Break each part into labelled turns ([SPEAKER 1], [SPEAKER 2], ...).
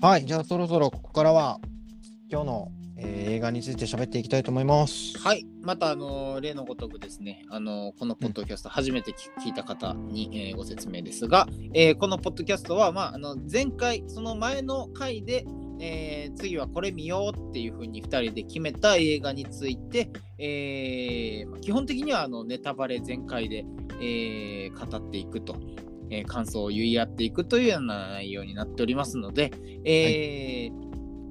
[SPEAKER 1] はい、じゃあそろそろここからは今日の、えー映画について喋っていきたいと思います。
[SPEAKER 2] はい、またあの例のごとくですね、あのこのポッドキャスト初めて聞聞いた方に、えーご説明ですが、えーこのポッドキャストは、まあ、あの前回その前の回で、えー次はこれ見ようっていうふうに2人で決めた映画について、えーまあ基本的にはあのネタバレ全開で、えー語っていくと。えー感想を言い合っていくというような内容になっておりますので、えー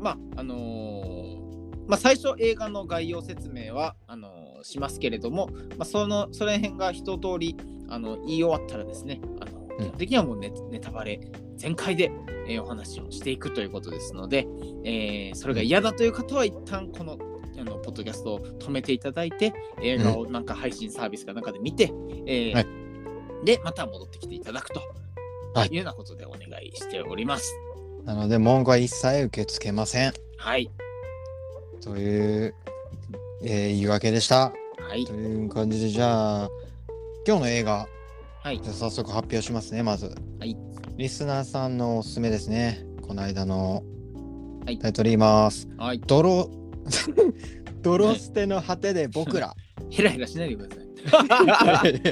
[SPEAKER 2] まああのーまあ、最初映画の概要説明はあのしますけれども、まあ、そのそれ辺が一通りあの言い終わったらですねあの基本的にはもうネネタバレ全開で、えーお話をしていくということですので、えーそれが嫌だという方は一旦このあのポッドキャストを止めていただいて映画をなんか配信サービスかなんかで見て、えー
[SPEAKER 1] はい
[SPEAKER 2] でまた戻ってきていただくと。
[SPEAKER 1] はい
[SPEAKER 2] いうようなことでお願いしております。
[SPEAKER 1] なので文句は一切受け付けません
[SPEAKER 2] はい。
[SPEAKER 1] という、えー言い訳でした。
[SPEAKER 2] はい
[SPEAKER 1] と。いう感じでじゃあ今日の映画
[SPEAKER 2] はい
[SPEAKER 1] じ。ゃあ早速発表しますねまず。
[SPEAKER 2] はい
[SPEAKER 1] リスナーさんのおすすめですね。この間の
[SPEAKER 2] はい
[SPEAKER 1] タイトル言います。
[SPEAKER 2] はい。
[SPEAKER 1] 泥 泥捨ての果てで僕ら。
[SPEAKER 2] ヘラヘラしないでください。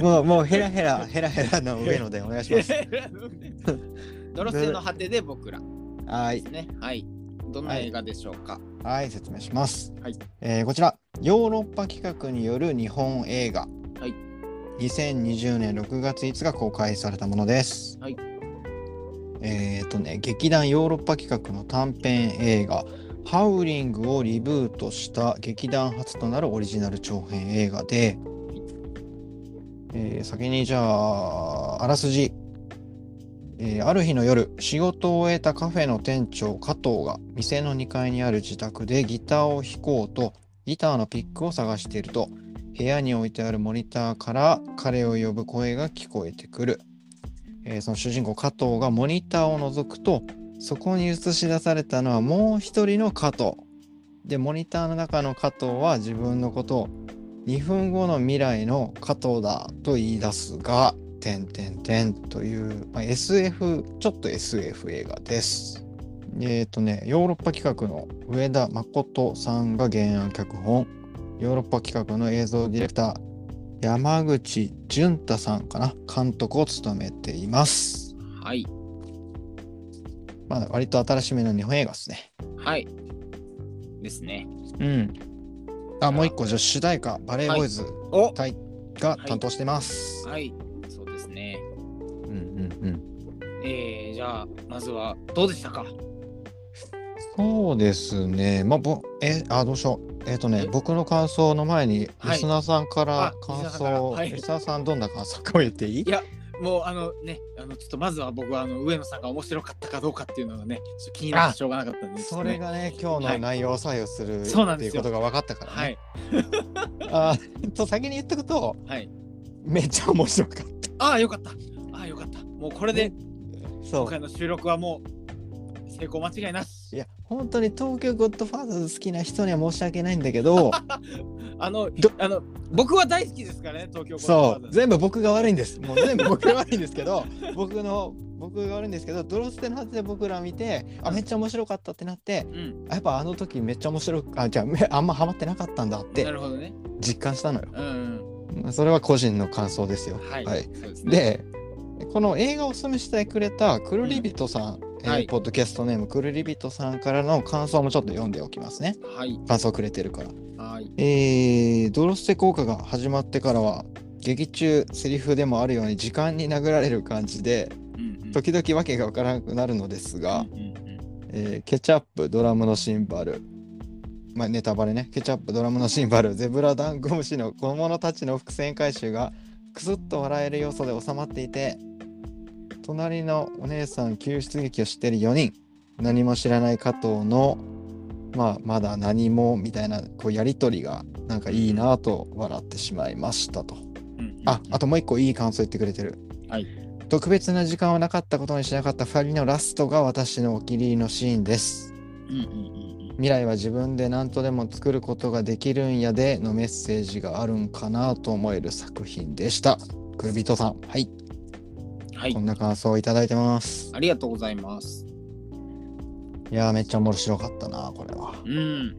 [SPEAKER 1] もうもうヘラヘラヘラヘラの上野でお願いし ます。
[SPEAKER 2] ドロステの果てで僕らで
[SPEAKER 1] はい
[SPEAKER 2] すね。はい。どんな映画でしょうか。
[SPEAKER 1] はい説明します。
[SPEAKER 2] はい
[SPEAKER 1] えーこちらヨーロッパ企画による日本映画。
[SPEAKER 2] はい
[SPEAKER 1] 2020年6月5日公開されたものです。
[SPEAKER 2] はい
[SPEAKER 1] えっとね劇団ヨーロッパ企画の短編映画。ハウリングをリブートした劇団初となるオリジナル長編映画で、えー先にじゃああらすじ、えーある日の夜仕事を終えたカフェの店長加藤が店の2階にある自宅でギターを弾こうとギターのピックを探していると部屋に置いてあるモニターから彼を呼ぶ声が聞こえてくる、えーその主人公加藤がモニターを覗くとそこに映し出されたのはもう一人の加藤でモニターの中の加藤は自分のことを2分後の未来の加藤だと言い出すが、てんてんてんという、まあ、SF、ちょっと SF 映画です。えっ、とね、ヨーロッパ企画の上田誠さんが原案脚本、ヨーロッパ企画の映像ディレクター、山口淳太さんかな、監督を務めています。
[SPEAKER 2] はい。
[SPEAKER 1] まあ、割と新しめの日本映画ですね。
[SPEAKER 2] はい。ですね。
[SPEAKER 1] うん。あ、もう一個、じゃあ主題歌、バレーボーイズ
[SPEAKER 2] お
[SPEAKER 1] が担当してます。
[SPEAKER 2] はい。そうですね。
[SPEAKER 1] うんうんうん。
[SPEAKER 2] えー、じゃあ、まずはどうでしたか
[SPEAKER 1] そうですね。まあ、ぼ、え、あ、どうしよう。えっ、とね
[SPEAKER 2] え、
[SPEAKER 1] 僕の感想の前に、リ
[SPEAKER 2] はい
[SPEAKER 1] スナーさんか
[SPEAKER 2] あ
[SPEAKER 1] ら感
[SPEAKER 2] リスナーさんから
[SPEAKER 1] 想、
[SPEAKER 2] はい
[SPEAKER 1] リスナーさんどんな感想かを言っていい
[SPEAKER 2] いやもうあのね、あのちょっとまずは僕はあの上野さんが面白かったかどうかっていうのがね、ちょっと気になってしょうがなかったんです、ね。
[SPEAKER 1] それがね、今日
[SPEAKER 2] は
[SPEAKER 1] の
[SPEAKER 2] い
[SPEAKER 1] 内容を左右する、
[SPEAKER 2] そうなん
[SPEAKER 1] って
[SPEAKER 2] で
[SPEAKER 1] いう
[SPEAKER 2] すよ
[SPEAKER 1] ことが分かったから
[SPEAKER 2] は
[SPEAKER 1] ね。
[SPEAKER 2] い。
[SPEAKER 1] あえっと、先に言っとくと、
[SPEAKER 2] はい。
[SPEAKER 1] めっちゃ面白かっ
[SPEAKER 2] ああ、よかった。ああ、よかった。もうこれ
[SPEAKER 1] た。
[SPEAKER 2] で
[SPEAKER 1] ね、
[SPEAKER 2] 今
[SPEAKER 1] そ
[SPEAKER 2] 回の収録はもう成功間違いなし。
[SPEAKER 1] う。いや、本当に東京ゴッドファーザーズ好きな人には申し訳ないんだけ ど、
[SPEAKER 2] あの
[SPEAKER 1] ど、
[SPEAKER 2] あの、僕は大好きですからね、東京
[SPEAKER 1] そ
[SPEAKER 2] ゴ
[SPEAKER 1] う
[SPEAKER 2] ッドファーザーズ
[SPEAKER 1] 全部僕が悪いんですもう全部僕が悪いんですけど僕の僕が悪いんですけどドロステの初で僕ら見てあめっちゃ面白かったってなって
[SPEAKER 2] うん。
[SPEAKER 1] あやっぱあの時めっちゃ面白くあじゃあめあんまハマってなかったんだっ
[SPEAKER 2] な
[SPEAKER 1] て
[SPEAKER 2] るほどね。
[SPEAKER 1] 実感したのよ
[SPEAKER 2] うん、
[SPEAKER 1] まあそれは個人の感想ですよ
[SPEAKER 2] うん。はい。
[SPEAKER 1] はい
[SPEAKER 2] そうですね。
[SPEAKER 1] でこの映画をおすすめしてくれたくるりびとさん、えー
[SPEAKER 2] はい
[SPEAKER 1] ポッドキャストネームくるりびとさんからの感想もちょっと読んでおきますね
[SPEAKER 2] はい。
[SPEAKER 1] 感想くれてるから
[SPEAKER 2] はい。
[SPEAKER 1] えー、ドロステ効果が始まってからは劇中セリフでもあるように時間に殴られる感じで
[SPEAKER 2] うんうん。
[SPEAKER 1] 時々わけがわからなくなるのです
[SPEAKER 2] うんう
[SPEAKER 1] が、
[SPEAKER 2] ん
[SPEAKER 1] えーケチャップドラムのシンバルまあネタバレねケチャップドラムのシンバルゼブラダンゴムシの子者たちの伏線回収がクスッと笑える要素で収まっていて隣のお姉さん救出劇を知ってる4人何も知らない加藤のまあまだ何もみたいなこうやり取りがなんかいいなぁと笑ってしまいましたと。
[SPEAKER 2] うんうん
[SPEAKER 1] あ、あともう一個いい感想言ってくれてる。
[SPEAKER 2] はい。
[SPEAKER 1] 特別な時間はなかったことにしなかった2人のラストが私のお気に入りのシーンです。
[SPEAKER 2] うんうんうんうん。
[SPEAKER 1] 未来は自分で何とでも作ることができるんやでのメッセージがあるんかなと思える作品でした。クルビトさん。はい。
[SPEAKER 2] はい
[SPEAKER 1] こんな感想をいただいてます。
[SPEAKER 2] ありがとうございます。
[SPEAKER 1] いやー、めっちゃ面白かったな、これは。
[SPEAKER 2] うん。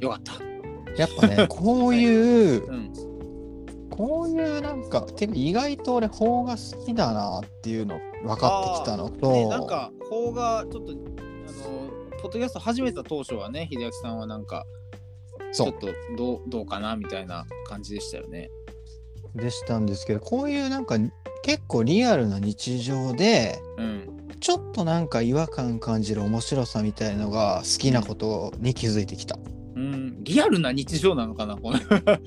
[SPEAKER 2] よかった。
[SPEAKER 1] やっぱ ね、こういう、
[SPEAKER 2] うん。
[SPEAKER 1] こういうなんか、てか意外と俺、法が好きだなっていうの分かってきたのと、
[SPEAKER 2] ね、なんか、法がちょっと、あの、ポッドキャスト始めた当初はね、秀明さんはなんか、ち
[SPEAKER 1] そ
[SPEAKER 2] ょっとどうどうかなみたいな感じでしたよね。
[SPEAKER 1] うでしたんですけど、こういうなんか、結構リアルな日常で、
[SPEAKER 2] うん。
[SPEAKER 1] ちょっとなんか違和感感じる面白さみたいのが好きなことに気づいてきた。
[SPEAKER 2] うん、リアルな日常なのかな、 この。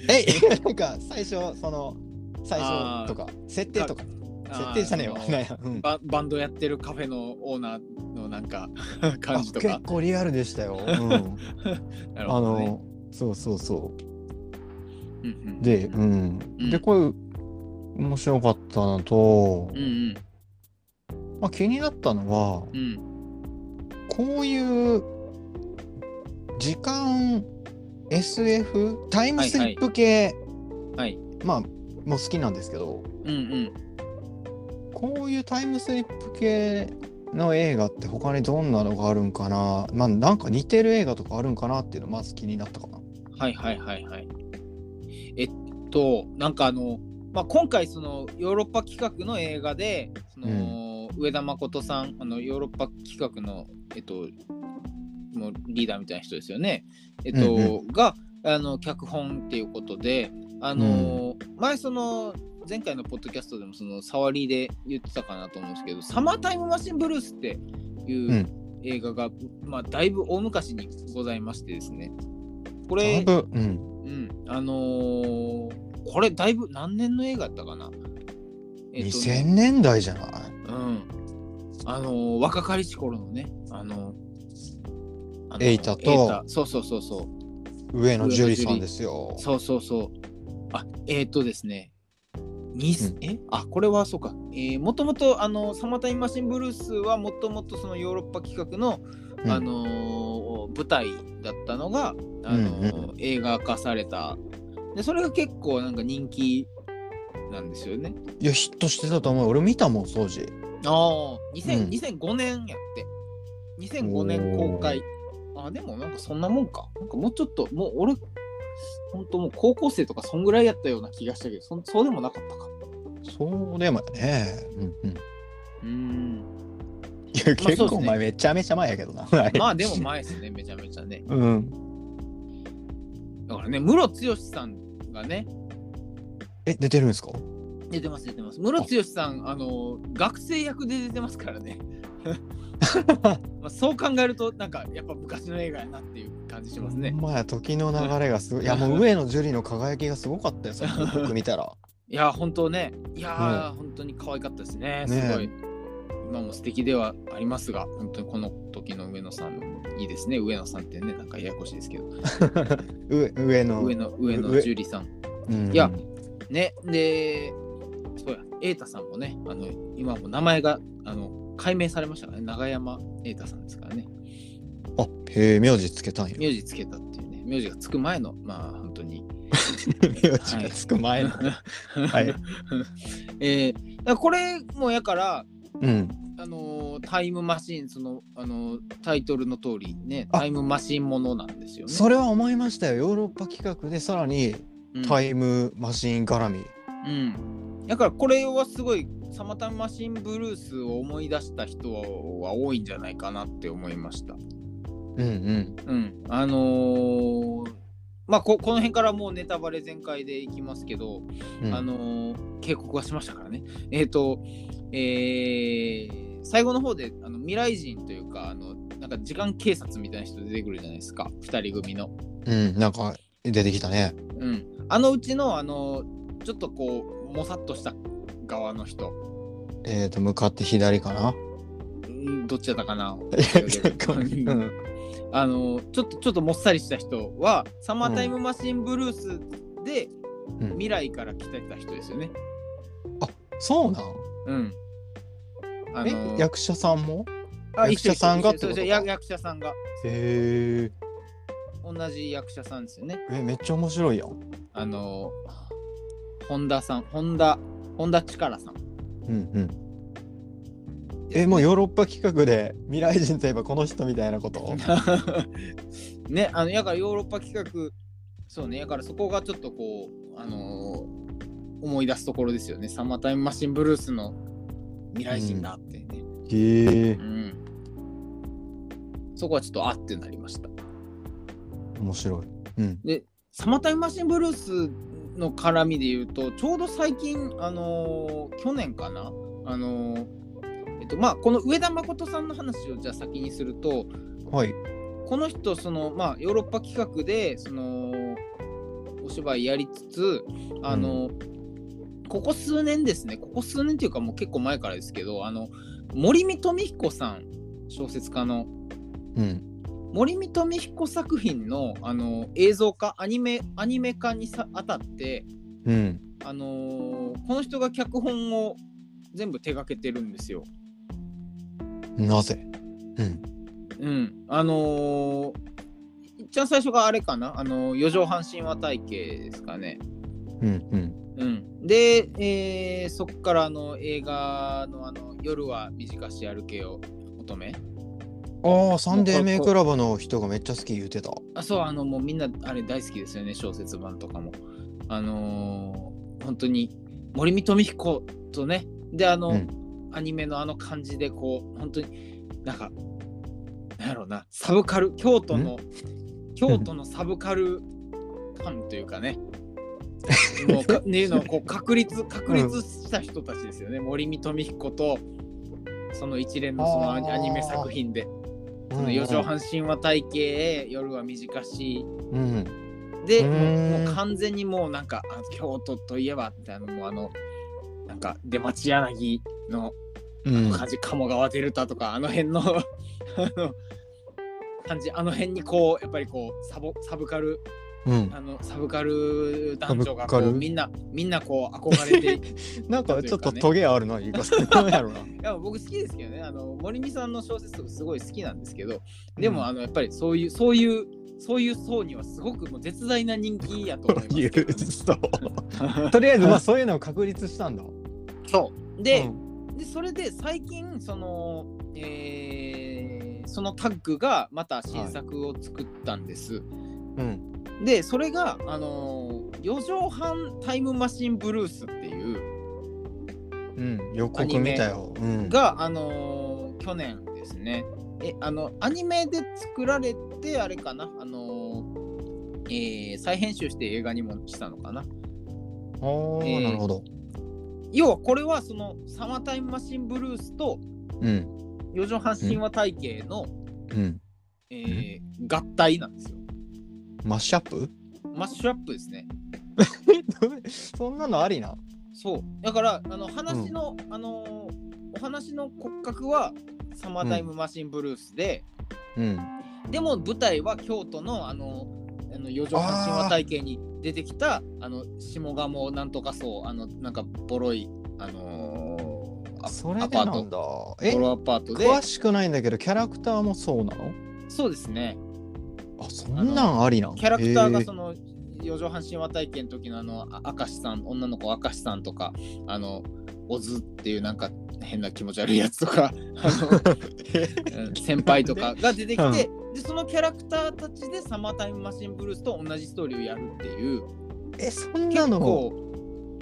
[SPEAKER 1] え、なんか最初、その、最初とか、設定とか、設定じゃねえわ。
[SPEAKER 2] あーその
[SPEAKER 1] なんやうん
[SPEAKER 2] ババンドやってるカフェのオーナーのなんか 感じと
[SPEAKER 1] あ
[SPEAKER 2] か
[SPEAKER 1] 結。構リアルでした よ。うん
[SPEAKER 2] なる
[SPEAKER 1] あ
[SPEAKER 2] ほどね
[SPEAKER 1] の、そうそうそ
[SPEAKER 2] うんうん
[SPEAKER 1] う。で、うん。
[SPEAKER 2] うん
[SPEAKER 1] で、これ、面白かったのと
[SPEAKER 2] う、ん
[SPEAKER 1] まあ、気になったのは、
[SPEAKER 2] うんうん
[SPEAKER 1] こういう、時間、SF、タイムスリップ系、
[SPEAKER 2] はい
[SPEAKER 1] まあ、もう好きなんですけど、
[SPEAKER 2] うん
[SPEAKER 1] こういうタイムスリップ系の映画って他にどんなのがあるんかな、まあ、なんか似てる映画とかあるんかなっていうのまず気になったかな。
[SPEAKER 2] うんはいはいはいはい。えっとなんかあの、まあ、今回そのヨーロッパ企画の映画でその、上田誠さんあのヨーロッパ企画のえっともうリーダーみたいな人ですよね。えっと、
[SPEAKER 1] うん
[SPEAKER 2] があの脚本っていうことであの、前その前回のポッドキャストでもその触りで言ってたかなと思うんですけど「サマータイムマシンブルース」っていううん映画が、まあ、だいぶ大昔にございましてですねこ
[SPEAKER 1] だい
[SPEAKER 2] れ、
[SPEAKER 1] ぶ、うん。
[SPEAKER 2] うん、あのーこれだいぶ何年の映画だったかな、えっとね
[SPEAKER 1] 2000年代じゃない
[SPEAKER 2] うん、あのー若かりし頃のねあのあの
[SPEAKER 1] エイタと
[SPEAKER 2] エイタそうそうそうそう
[SPEAKER 1] 上野樹里さんですよ。
[SPEAKER 2] そうそうそう。あ、えっ、ー、とですね。に
[SPEAKER 1] うん
[SPEAKER 2] えあこれはそうか、えー、もともとあのサマータイムマシンブルースはもともとそのヨーロッパ企画の、
[SPEAKER 1] うん
[SPEAKER 2] あのー舞台だったのが、あのー
[SPEAKER 1] うん
[SPEAKER 2] 映画化されたでそれが結構なんか人気なんですよね
[SPEAKER 1] いや、ヒットしてたと思う。俺見たもん、当時。
[SPEAKER 2] ああ、2000
[SPEAKER 1] うん
[SPEAKER 2] 2005年やって。2005年公開。あでもなんかそんなもんか。なんかもうちょっと、もう俺、ほんともう高校生とかそんぐらいやったような気がしたけど、そんそうでもなかったか。
[SPEAKER 1] そうでもね。うんうん。
[SPEAKER 2] うん。
[SPEAKER 1] いや、
[SPEAKER 2] まあ
[SPEAKER 1] 結
[SPEAKER 2] そうです
[SPEAKER 1] 構
[SPEAKER 2] ね
[SPEAKER 1] 前、めちゃめちゃ前やけどな。はい
[SPEAKER 2] まあでも前ですね、めちゃめちゃね。
[SPEAKER 1] うん。
[SPEAKER 2] だからね、ムロツヨシさんがね、
[SPEAKER 1] え、出てるんですか
[SPEAKER 2] 出てます、出てます。ムロツヨシさん、あの、学生役で出てますから ね。まあそう考えると、なんかやっぱ昔の映画やなっていう感じしますね。
[SPEAKER 1] まあ、時の流れがすご い。いや、もう上野樹里の輝きがすごかったよ、その僕見たら。
[SPEAKER 2] いやー本当ねいやー、本当に可愛かったですね
[SPEAKER 1] ね
[SPEAKER 2] すごい今も素敵ではありますが本当にこの時の上野さんいいですね上野さんってねなんかややこしいですけど、
[SPEAKER 1] 上上野。
[SPEAKER 2] 上野上野
[SPEAKER 1] 上
[SPEAKER 2] 樹里さん
[SPEAKER 1] うん
[SPEAKER 2] いやねでそうや瑛太さんもねあの今もう名前があの解明されましたからね永山瑛太さんですからね
[SPEAKER 1] あ、へえ、名字つけたんや。
[SPEAKER 2] 名字つけたっていうね名字がつく前のまあ本当に
[SPEAKER 1] 名字がつく 前の。はい。
[SPEAKER 2] えー、だからこれもやから
[SPEAKER 1] うん。
[SPEAKER 2] あのータイムマシーンその、あのータイトルの通りね
[SPEAKER 1] あ
[SPEAKER 2] タイムマシーンものなんですよね。
[SPEAKER 1] それは思いましたよ。ヨーロッパ企画で、さらに
[SPEAKER 2] うん
[SPEAKER 1] タイムマシン絡み。
[SPEAKER 2] うん、だからこれはすごいサマータイムマシーンブルースを思い出した人は多いんじゃないかなって思いました。
[SPEAKER 1] うんうん。
[SPEAKER 2] うん、あのーまあここの辺からもうネタバレ全開でいきますけど、
[SPEAKER 1] うん
[SPEAKER 2] あのー警告はしましたからね。えっ、と、えー最後の方であの未来人というか、あのなんか時間警察みたいな人出てくるじゃないですか、2人組の。
[SPEAKER 1] うん、なんか出てきたね。
[SPEAKER 2] うん、あのうちの、あのちょっとこう、もさっとした側の人、
[SPEAKER 1] えっ、と、向かって左かな。
[SPEAKER 2] うんどっちだったかな。
[SPEAKER 1] うん
[SPEAKER 2] あのちょっとちょっともっさりした人は、サマータイムマシンブルースで
[SPEAKER 1] うん
[SPEAKER 2] 未来から来てた人ですよね。
[SPEAKER 1] そうなん
[SPEAKER 2] うん。あ
[SPEAKER 1] え、
[SPEAKER 2] の
[SPEAKER 1] 役者さんも
[SPEAKER 2] あ
[SPEAKER 1] 役者さんが
[SPEAKER 2] 一緒一緒
[SPEAKER 1] ってことか
[SPEAKER 2] そうそうや役者さんが
[SPEAKER 1] へえ
[SPEAKER 2] 同じ役者さんですよね
[SPEAKER 1] え、めっちゃ面白いやん。
[SPEAKER 2] あの本田さん本田本田力さん
[SPEAKER 1] うんうんうん。え、もうヨーロッパ企画で未来人といえばこの人みたいなこと
[SPEAKER 2] ね、あのやからヨーロッパ企画、そうね、やからそこがちょっとこう、あのー思い出すところですよね。サマータイムマシンブルースの未来人だってね。
[SPEAKER 1] へえ
[SPEAKER 2] う、ん。そこはちょっとあってなりました。
[SPEAKER 1] 面白い。うん。
[SPEAKER 2] サマータイムマシンブルースの絡みで言うと、ちょうど最近、あのー去年かな、あのーえっとまあ、この上田誠さんの話をじゃあ先にすると、
[SPEAKER 1] はい。
[SPEAKER 2] この人その、まあ、ヨーロッパ企画でそのお芝居やりつつあの、ここ数年ですねここ数年というかもう結構前からですけどあの森見富彦さん小説家の
[SPEAKER 1] うん。
[SPEAKER 2] 森見富彦作品のあの映像化アニメアニメ化にさ当たって、
[SPEAKER 1] うん。
[SPEAKER 2] あのーこの人が脚本を全部手掛けてるんですよ。
[SPEAKER 1] なぜうん。
[SPEAKER 2] うん、あのー、いっちゃん最初があれかな、あのー四畳半神話体系ですかね。
[SPEAKER 1] うん。
[SPEAKER 2] うん、で、えーそこからあの映画のあの「夜は短し歩けよ乙女
[SPEAKER 1] うん。ああ、サンデーメイクラブの人がめっちゃ好き言うてた。」
[SPEAKER 2] あそうあのもうみんなあれ大好きですよね小説版とかもあのー本当に森見富彦とねであの、
[SPEAKER 1] うん
[SPEAKER 2] アニメのあの感じでこう本当になんかなんやろうなサブカル京都の京都のサブカル感というかね もうかねいうのをこう確立確立した人たちですよね、森見富彦とその一連のそのアニ
[SPEAKER 1] あー
[SPEAKER 2] アニメ作品で
[SPEAKER 1] そ
[SPEAKER 2] その四畳半神話体系夜は短し
[SPEAKER 1] うん。
[SPEAKER 2] で
[SPEAKER 1] う
[SPEAKER 2] も
[SPEAKER 1] ー
[SPEAKER 2] うんもう完全にもうなんかあ京都といえばってあのもうあのなんか出町柳の
[SPEAKER 1] うん。
[SPEAKER 2] 感じ、鴨川デルタとかあの辺の あの感じあの辺にこうやっぱりこうサボサブカル
[SPEAKER 1] うん。
[SPEAKER 2] あのサブカル男女がこ
[SPEAKER 1] サブカル
[SPEAKER 2] うみんなみんなこう憧れて い
[SPEAKER 1] なんかちょっとトゲあるな、言 い方。なんやろな。
[SPEAKER 2] や僕好きですけどねあの森美さんの小説とかすごい好きなんですけどでも、
[SPEAKER 1] うん
[SPEAKER 2] あのやっぱりそういうそういうそういう層にはすごくもう絶大な人気やと思いますけどね、
[SPEAKER 1] そう。とりあえず、まあそういうのを確立したんだ。
[SPEAKER 2] そうで、
[SPEAKER 1] うん
[SPEAKER 2] でそれで最近その、えーそのタッグがまた新作を作ったんです、
[SPEAKER 1] うん。
[SPEAKER 2] でそれがあのー四畳半タイムマシンブルース」っていう
[SPEAKER 1] うん。予告見たよ。うん。
[SPEAKER 2] が、あのー去年ですねえあのアニメで作られてあれかなあのーえー再編集して映画にもしたのかな
[SPEAKER 1] ああ、
[SPEAKER 2] えー
[SPEAKER 1] なるほど。
[SPEAKER 2] 要はこれはその「サマータイムマシンブルース」と
[SPEAKER 1] うん。
[SPEAKER 2] 「四畳半神話体系の」
[SPEAKER 1] うん。
[SPEAKER 2] えー合体なんですよ
[SPEAKER 1] マッシュアップ
[SPEAKER 2] マッシュアップですね
[SPEAKER 1] そんなのありな。
[SPEAKER 2] そうだからあの話の、あのーお話の骨格は「サマータイムマシンブルースで」
[SPEAKER 1] うん。
[SPEAKER 2] でも舞台は京都のあのあの四畳半神話体系に出てきたあの下鴨なんとかそうあのなんかボロいあのーあ
[SPEAKER 1] それでなんだ。え
[SPEAKER 2] ボ、ロアパートで
[SPEAKER 1] 詳しくないんだけど、キャラクターもそうなの
[SPEAKER 2] そうですね
[SPEAKER 1] あ、そんなんありな。
[SPEAKER 2] キャラクターが
[SPEAKER 1] へ
[SPEAKER 2] その四畳半神話体系の時のあのあ明石さん女の子明石さんとかあのオズっていうなんか変な気持ち悪いやつとかあ のうん先輩とかが出てきて、
[SPEAKER 1] うん
[SPEAKER 2] でそのキャラクターたちでサマータイムマシンブルースと同じストーリーをやるっていう
[SPEAKER 1] え、そんな
[SPEAKER 2] 結
[SPEAKER 1] の
[SPEAKER 2] 構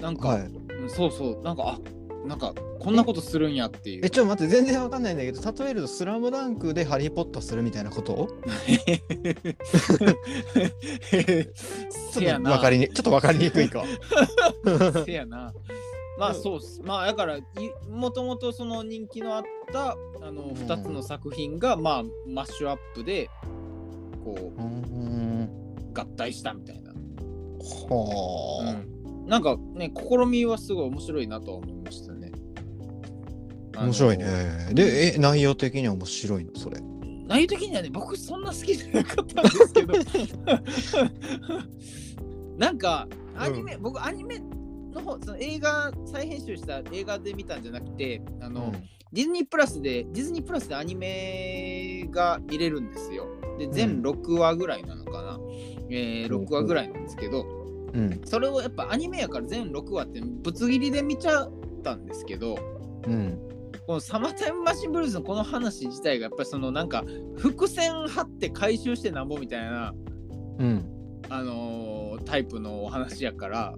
[SPEAKER 2] なんか、
[SPEAKER 1] はい。
[SPEAKER 2] うんそうそうなんかあなんかこんなことするんやっていう
[SPEAKER 1] え、ちょっと待って、全然わかんないんだけど、例えると、スラムダンクでハリー・ポッターするみたいなこと ち
[SPEAKER 2] せ
[SPEAKER 1] ょ
[SPEAKER 2] や
[SPEAKER 1] っと
[SPEAKER 2] な
[SPEAKER 1] わかりに、ちょっとわかりにく いか。
[SPEAKER 2] せやなまあそうっすまあだからいもともとその人気のあったあの
[SPEAKER 1] ん
[SPEAKER 2] 2つの作品が、まあマッシュアップでこ
[SPEAKER 1] うーん。
[SPEAKER 2] う合体したみたいな、
[SPEAKER 1] はあ。
[SPEAKER 2] うんなんかね試みはすごい面白いなとは思いましたねあの
[SPEAKER 1] 面白いね。で、え、内容的には面白いの、それ。
[SPEAKER 2] 内容的にはね僕そんな好きじゃなかったんですけど なんかアニメ、僕アニメの方その映画再編集した映画で見たんじゃなくてあの、ディズニープラスでディズニープラスでアニメが見れるんですよで全
[SPEAKER 1] うん
[SPEAKER 2] 6話ぐらいなのかな、えー6話ぐらいなんですけど
[SPEAKER 1] うん。
[SPEAKER 2] それをやっぱアニメやから全6話ってぶつ切りで見ちゃったんですけど
[SPEAKER 1] うん。
[SPEAKER 2] このサマータイムマシンブルーズのこの話自体がやっぱりそのなんか伏線張って回収してなんぼみたいな、
[SPEAKER 1] うん。
[SPEAKER 2] あのータイプのお話やから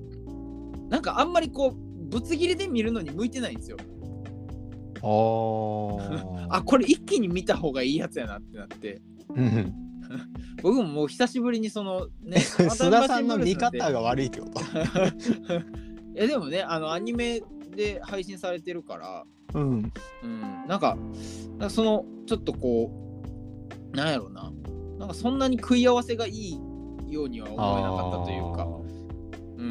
[SPEAKER 2] なんかあんまりこうぶつ切りで見るのに向いてないんですよ。
[SPEAKER 1] あー
[SPEAKER 2] あこれ一気に見た方がいいやつやなってなって
[SPEAKER 1] うん。
[SPEAKER 2] 僕ももう久しぶりにその ね
[SPEAKER 1] 須田さんの見方
[SPEAKER 2] が
[SPEAKER 1] が悪いってこと。
[SPEAKER 2] いやでもねあのアニメで配信されてるから、
[SPEAKER 1] うん。
[SPEAKER 2] うん、なんかなんかそのちょっとこうなんやろうななんかそんなに食い合わせがいいようには思えなかったというか。う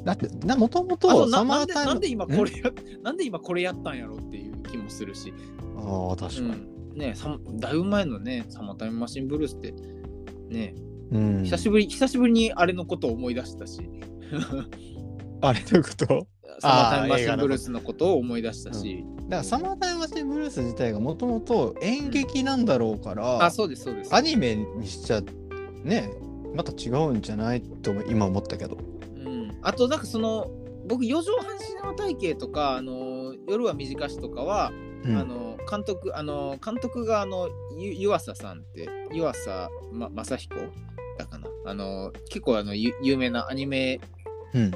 [SPEAKER 2] ん、
[SPEAKER 1] だってなもとも
[SPEAKER 2] あと
[SPEAKER 1] と
[SPEAKER 2] な
[SPEAKER 1] サ
[SPEAKER 2] な
[SPEAKER 1] マ
[SPEAKER 2] ん
[SPEAKER 1] ー
[SPEAKER 2] で
[SPEAKER 1] タイム
[SPEAKER 2] なんで今これやなんで今これやったんやろっていう気もするし、
[SPEAKER 1] ああ確
[SPEAKER 2] う
[SPEAKER 1] かに、
[SPEAKER 2] ん、ねさだいぶ前のね「サマータイムマシンブルース」ってね
[SPEAKER 1] うん
[SPEAKER 2] 久しぶり久しぶりにあれのことを思い出した し
[SPEAKER 1] あれということだか
[SPEAKER 2] サマータイムマシンブルースのことを思い出したし
[SPEAKER 1] らサマータイムマシンブルース自体がもともと演劇なんだろうから、
[SPEAKER 2] あそうですそうです
[SPEAKER 1] アニメにしちゃねまた違うんじゃないとも今思ったけど
[SPEAKER 2] うん、あとなんかその僕四畳半シネマ体系とか、あの夜は短しとかは、
[SPEAKER 1] うん
[SPEAKER 2] あの監督あの監督があのゆ湯浅さんって湯浅、ま、正彦だかなあの結構あのゆ有名なアニメ
[SPEAKER 1] うん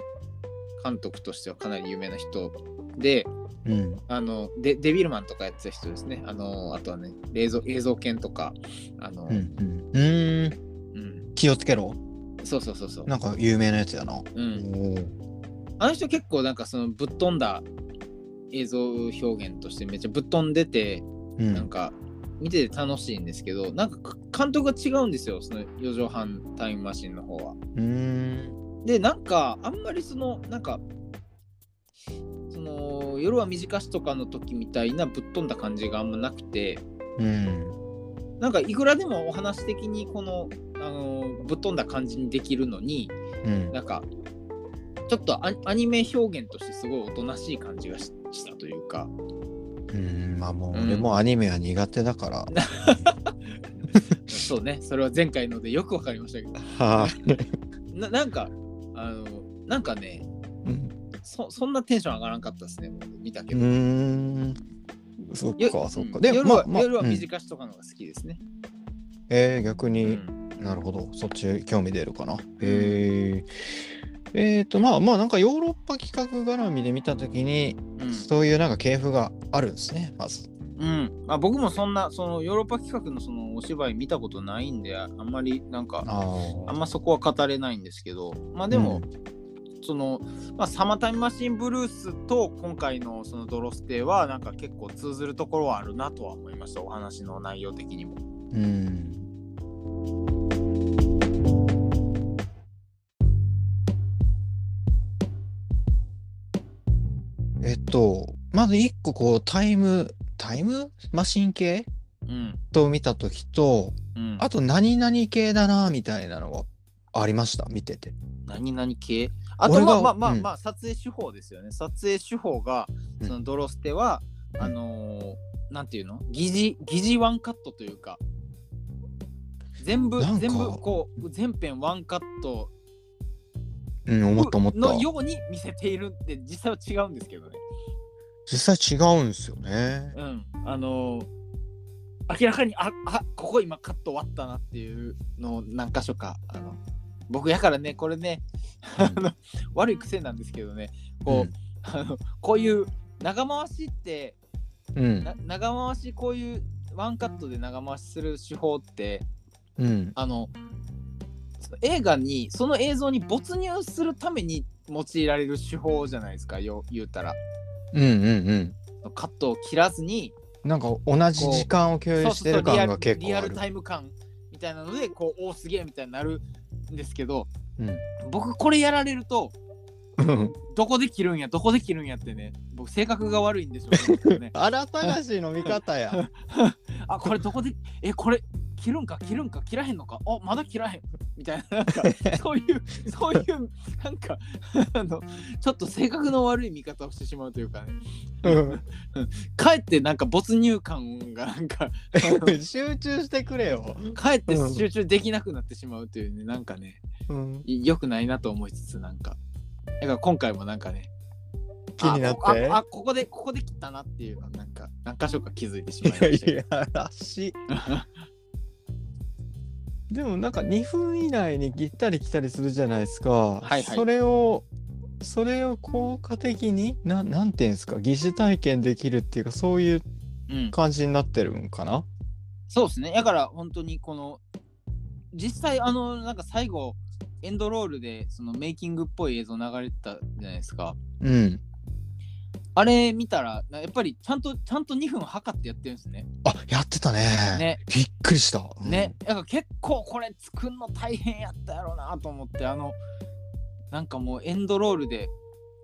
[SPEAKER 2] 監督としてはかなり有名な人で
[SPEAKER 1] うん
[SPEAKER 2] あのデデビルマンとかやってた人ですねあのあとはね映像映像犬とかあの、
[SPEAKER 1] うんうんうーん
[SPEAKER 2] うん
[SPEAKER 1] 気をつけろ
[SPEAKER 2] そうそうそうそう、
[SPEAKER 1] なんか有名なやつやな、
[SPEAKER 2] うん、
[SPEAKER 1] おー
[SPEAKER 2] あの人結構なんかそのぶっ飛んだ映像表現としてめっちゃぶっ飛んでて、
[SPEAKER 1] うん
[SPEAKER 2] なんか見てて楽しいんですけどなんか監督が違うんですよその4畳半タイムマシンの方は。
[SPEAKER 1] うーん
[SPEAKER 2] でなんかあんまりそのなんかその夜は短しとかの時みたいなぶっ飛んだ感じがあんまなくて
[SPEAKER 1] うん
[SPEAKER 2] なんかいくらでもお話的にこのあのぶっ飛んだ感じにできるのに
[SPEAKER 1] うん
[SPEAKER 2] なんかちょっとアアニメ表現としてすごいおとなしい感じがししたというか
[SPEAKER 1] うんまあもう
[SPEAKER 2] うん
[SPEAKER 1] 俺もアニメは苦手だから、
[SPEAKER 2] そうねそれは前回のでよくわかりましたけど
[SPEAKER 1] はい、
[SPEAKER 2] ななんかあのなんかね
[SPEAKER 1] うん
[SPEAKER 2] そそんなテンション上がらんかったですね僕見たけ
[SPEAKER 1] う
[SPEAKER 2] ど。
[SPEAKER 1] ーんそっ
[SPEAKER 2] よ
[SPEAKER 1] かそっ
[SPEAKER 2] う
[SPEAKER 1] か
[SPEAKER 2] ん
[SPEAKER 1] で
[SPEAKER 2] 夜
[SPEAKER 1] もま
[SPEAKER 2] は
[SPEAKER 1] あ、まあ
[SPEAKER 2] 夜は
[SPEAKER 1] うん
[SPEAKER 2] 短しとかの方が好きですね。
[SPEAKER 1] えー、逆
[SPEAKER 2] う
[SPEAKER 1] に、
[SPEAKER 2] ん
[SPEAKER 1] なるほど、そっち興味出るかな。へえ。えー、とまあまあなんかヨーロッパ企画絡みで見た時に、
[SPEAKER 2] うん
[SPEAKER 1] そういうなんか系譜があるんですねまず。
[SPEAKER 2] うんまあ、僕もそんなそのヨーロッパ企画のそのお芝居見たことないんであんまりなんか
[SPEAKER 1] あ
[SPEAKER 2] あん
[SPEAKER 1] あ
[SPEAKER 2] まそこは語れないんですけどまあでも、その、まあ、サマータイムマシンブルースと今回のそのドロステはなんか結構通ずるところはあるなとは思いましたお話の内容的にも。
[SPEAKER 1] うん。えっとまず一個こうタイムタイムマシン系
[SPEAKER 2] うん
[SPEAKER 1] と見た時と
[SPEAKER 2] うん、
[SPEAKER 1] あと何々系だなみたいなのがありました見てて。
[SPEAKER 2] 何々系あと
[SPEAKER 1] 俺
[SPEAKER 2] まあ
[SPEAKER 1] が
[SPEAKER 2] まあまあ、
[SPEAKER 1] うん
[SPEAKER 2] まあ、撮影手法ですよね撮影手法が
[SPEAKER 1] うん
[SPEAKER 2] そのドロステは、
[SPEAKER 1] ん
[SPEAKER 2] あのーなんていうの疑似疑似ワンカットというか全部
[SPEAKER 1] なんか
[SPEAKER 2] 全部こう全編ワンカット
[SPEAKER 1] うん、思った思った。
[SPEAKER 2] のように見せているって実際は違うんですけどね
[SPEAKER 1] 実際違うんですよね。
[SPEAKER 2] うん、あのー明らかにああここ今カット終わったなっていうのを何箇所かあの僕やからねこれね、
[SPEAKER 1] うん
[SPEAKER 2] あの悪い癖なんですけどねこう、あのこういう長回しって
[SPEAKER 1] うん
[SPEAKER 2] な長回しこういうワンカットで長回しする手法って
[SPEAKER 1] うん
[SPEAKER 2] あのその映画にその映像に没入するために用いられる手法じゃないですかよ言うたら
[SPEAKER 1] うんうんうん。
[SPEAKER 2] カットを切らずに
[SPEAKER 1] なんか同じ時間を共有してる
[SPEAKER 2] リア
[SPEAKER 1] 感
[SPEAKER 2] ル
[SPEAKER 1] が結
[SPEAKER 2] リ
[SPEAKER 1] 構
[SPEAKER 2] ア
[SPEAKER 1] あ
[SPEAKER 2] ル
[SPEAKER 1] る。
[SPEAKER 2] タイム感みたいなのでこうおおすげえみたいになるんですけど
[SPEAKER 1] うん
[SPEAKER 2] 僕これやられると
[SPEAKER 1] うん
[SPEAKER 2] どこで切るんやどこで切るんやってね僕性格が悪いんでしょう ね
[SPEAKER 1] あら探しの見方や。
[SPEAKER 2] あこれどこでえこれ切るんか切るんか切らへんのかあまだ切らへんみたいななん かそういうそういうなんか あのちょっと性格の悪い見方をしてしまうというかね
[SPEAKER 1] うん
[SPEAKER 2] かえってなんか没入感がなんかあ の
[SPEAKER 1] 集中してくれよ。
[SPEAKER 2] かえって集中できなくなってしまうというねなんかね
[SPEAKER 1] うん
[SPEAKER 2] い良くないなと思いつつなんかだから今回もなんかね
[SPEAKER 1] 気になって
[SPEAKER 2] あああここでここで切ったなっていうのはなんか何箇所か気づいてしまいましたけど
[SPEAKER 1] いや嵐でもなんか2分以内に行ったり来たりするじゃないですか、
[SPEAKER 2] はい
[SPEAKER 1] それをそれを効果的にななんていうんですか疑似体験できるっていうかそういう
[SPEAKER 2] うん、
[SPEAKER 1] 感じになってるんかな
[SPEAKER 2] そうですねだから本当にこの実際あのなんか最後エンドロールでそのメイキングっぽい映像流れてたじゃないですか
[SPEAKER 1] うん
[SPEAKER 2] あれ見たらなやっぱりちゃんとちゃんと2分測ってやってるんですね
[SPEAKER 1] あやってたね
[SPEAKER 2] ね
[SPEAKER 1] びっくりした、うん
[SPEAKER 2] ね、だから結構これ作るの大変やったやろうなと思ってあのなんかもうエンドロールで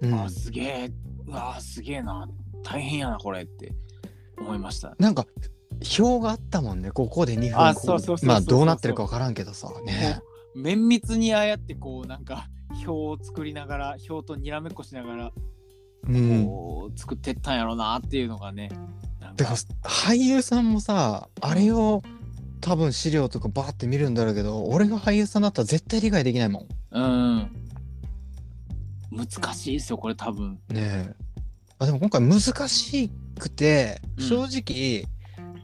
[SPEAKER 1] うん
[SPEAKER 2] あーすげえうわーすげえな大変やなこれって思いました
[SPEAKER 1] なんか表があったもんねここで2分
[SPEAKER 2] あ
[SPEAKER 1] こ
[SPEAKER 2] そうそうそうそうそう
[SPEAKER 1] まあどうなってるか分からんけどさね
[SPEAKER 2] こう綿密にああやってこうなんか表を作りながら表とにらめっこしながら
[SPEAKER 1] うん
[SPEAKER 2] こう作ってったんやろうなっていうのがねなん
[SPEAKER 1] てか俳優さんもさあれを多分資料とかバーって見るんだろうけど俺が俳優さんだったら絶対理解できないもん
[SPEAKER 2] うん難しいですよこれ多分
[SPEAKER 1] ねえあでも今回難しくて
[SPEAKER 2] うん
[SPEAKER 1] 正直、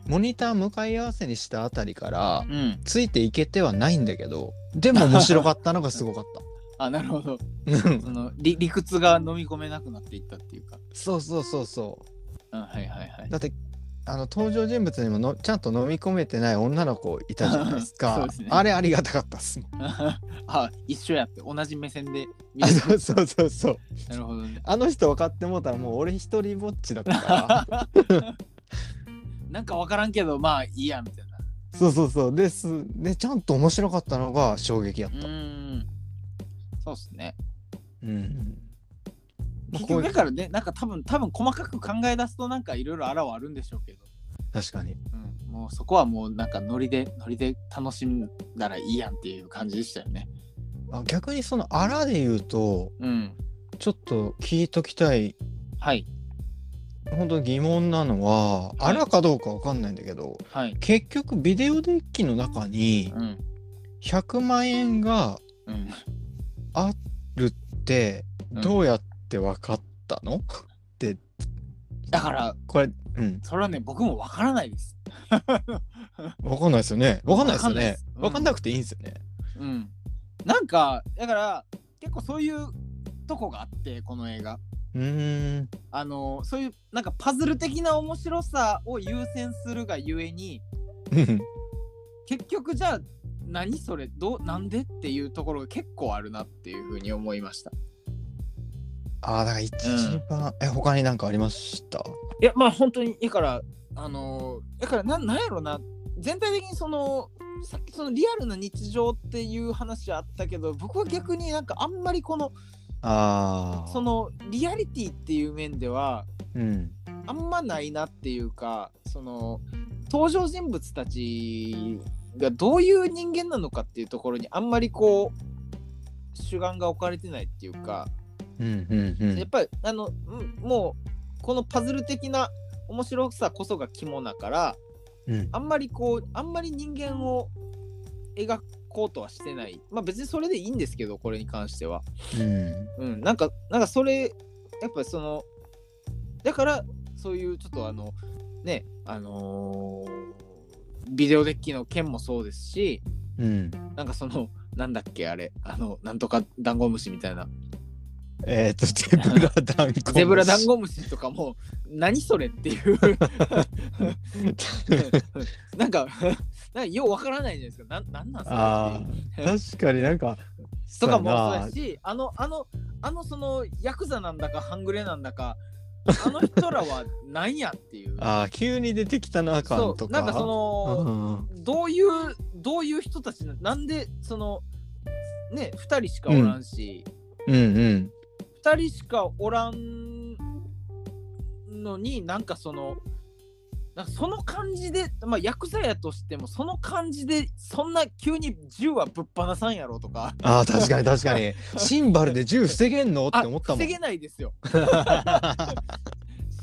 [SPEAKER 1] モニター向かい合わせにしたあたりから
[SPEAKER 2] うん
[SPEAKER 1] ついていけてはないんだけどでも面白かったのがすごかっ
[SPEAKER 2] あなるほど
[SPEAKER 1] た うん
[SPEAKER 2] その理理屈が飲み込めなくなっていったっていうか
[SPEAKER 1] そうそうそうそう
[SPEAKER 2] うんはいはいはい
[SPEAKER 1] だってあの登場人物にものちゃんと飲み込めてない女の子いたじゃないです
[SPEAKER 2] そ
[SPEAKER 1] か
[SPEAKER 2] うですね
[SPEAKER 1] あれありがたかったっ すもん
[SPEAKER 2] あ一緒やって同じ目線で見
[SPEAKER 1] あ
[SPEAKER 2] れ
[SPEAKER 1] そうそうそうそう
[SPEAKER 2] たなるほどね
[SPEAKER 1] あの人分かってもうたらもう俺一人ぼっちだったから
[SPEAKER 2] なんか分からんけどまあいいやみたいな
[SPEAKER 1] そうそうそうですでちゃんと面白かったのが衝撃やっ
[SPEAKER 2] う
[SPEAKER 1] た、
[SPEAKER 2] ーんそうっすね
[SPEAKER 1] うんまあ
[SPEAKER 2] 結
[SPEAKER 1] こういう
[SPEAKER 2] 局だからねなんか多分多分細かく考え出すとなんかいろいろあらはあるんでしょうけど、
[SPEAKER 1] 確かに
[SPEAKER 2] うん、もうそこはもうなんかノリでノリで楽しんだらいいやんっていう感じでしたよね
[SPEAKER 1] あ逆にそのあらで言うと
[SPEAKER 2] うん
[SPEAKER 1] ちょっと聞いときたい
[SPEAKER 2] はい
[SPEAKER 1] 本当に疑問なのは、
[SPEAKER 2] はい
[SPEAKER 1] あらかどうかわかんないんだけど
[SPEAKER 2] はい
[SPEAKER 1] 結局ビデオデッキの中に
[SPEAKER 2] うん
[SPEAKER 1] 100万円が
[SPEAKER 2] うん
[SPEAKER 1] あるってどうやってわかったの、
[SPEAKER 2] だから
[SPEAKER 1] これうん
[SPEAKER 2] それはね僕も分からないです
[SPEAKER 1] わかんないですよねわかんないですよねわ
[SPEAKER 2] わか
[SPEAKER 1] か
[SPEAKER 2] ん
[SPEAKER 1] ん
[SPEAKER 2] な
[SPEAKER 1] なくていいんですよね、
[SPEAKER 2] うんなんかだから結構そういうとこがあってこの映画
[SPEAKER 1] うーん
[SPEAKER 2] あのそういうなんかパズル的な面白さを優先するがゆえに
[SPEAKER 1] うん
[SPEAKER 2] 結局じゃあ何それどうなんでっていうところが結構あるなっていうふうに思いました
[SPEAKER 1] ああだから一番、え他になんかありました
[SPEAKER 2] いやまあ本当にだからあのだからなんなんやろな全体的にそのさっきそのリアルな日常っていう話あったけど僕は逆になんかあんまりこの
[SPEAKER 1] ああ
[SPEAKER 2] そのリアリティっていう面では
[SPEAKER 1] うん
[SPEAKER 2] あんまないなっていうかその登場人物たちがどういう人間なのかっていうところにあんまりこう主眼が置かれてないっていうか、
[SPEAKER 1] うんうんうん
[SPEAKER 2] やっぱりあのうんもうこのパズル的な面白さこそが肝だから
[SPEAKER 1] うん
[SPEAKER 2] あんまりこうあんまり人間を描こうとはしてないまあ別にそれでいいんですけどこれに関しては
[SPEAKER 1] うん
[SPEAKER 2] うん、なんか、なんかそれ、やっぱその、だから、そういうちょっとあの、ね、あのービデオデッキの件もそうですし、
[SPEAKER 1] うん
[SPEAKER 2] なんかその、なんだっけ、あれ、あの、なんとかダンゴムシみたいな、
[SPEAKER 1] えっ、と、 ゼブラダンゴ。
[SPEAKER 2] ゼブラダン。ゴムシとかも、何それっていう、なんか、 なんかようわからないじゃないですか、なんなんなんすかっ て
[SPEAKER 1] あ
[SPEAKER 2] いう
[SPEAKER 1] あ、 確かになんか。
[SPEAKER 2] とかも
[SPEAKER 1] そう
[SPEAKER 2] そう
[SPEAKER 1] や
[SPEAKER 2] だ
[SPEAKER 1] な
[SPEAKER 2] し、あの、あの、あの、その、ヤクザなんだか、半グレなんだか、あの人らはなんやっていう。
[SPEAKER 1] ああ、急に出てきたなあかんとか。
[SPEAKER 2] そうなんかその、どういうどういう人たちななんでそのね2人しかおらんし、
[SPEAKER 1] うんうんうん
[SPEAKER 2] 二2人しかおらんのになんかそのなんかその感じで、まあ、ヤクザやとしてもその感じでそんな急に銃はぶっ放さんやろとか
[SPEAKER 1] ああ、確かに確か に。シンバルで銃防げんのって
[SPEAKER 2] あ
[SPEAKER 1] 思ったも
[SPEAKER 2] 防
[SPEAKER 1] ん。
[SPEAKER 2] げないですよ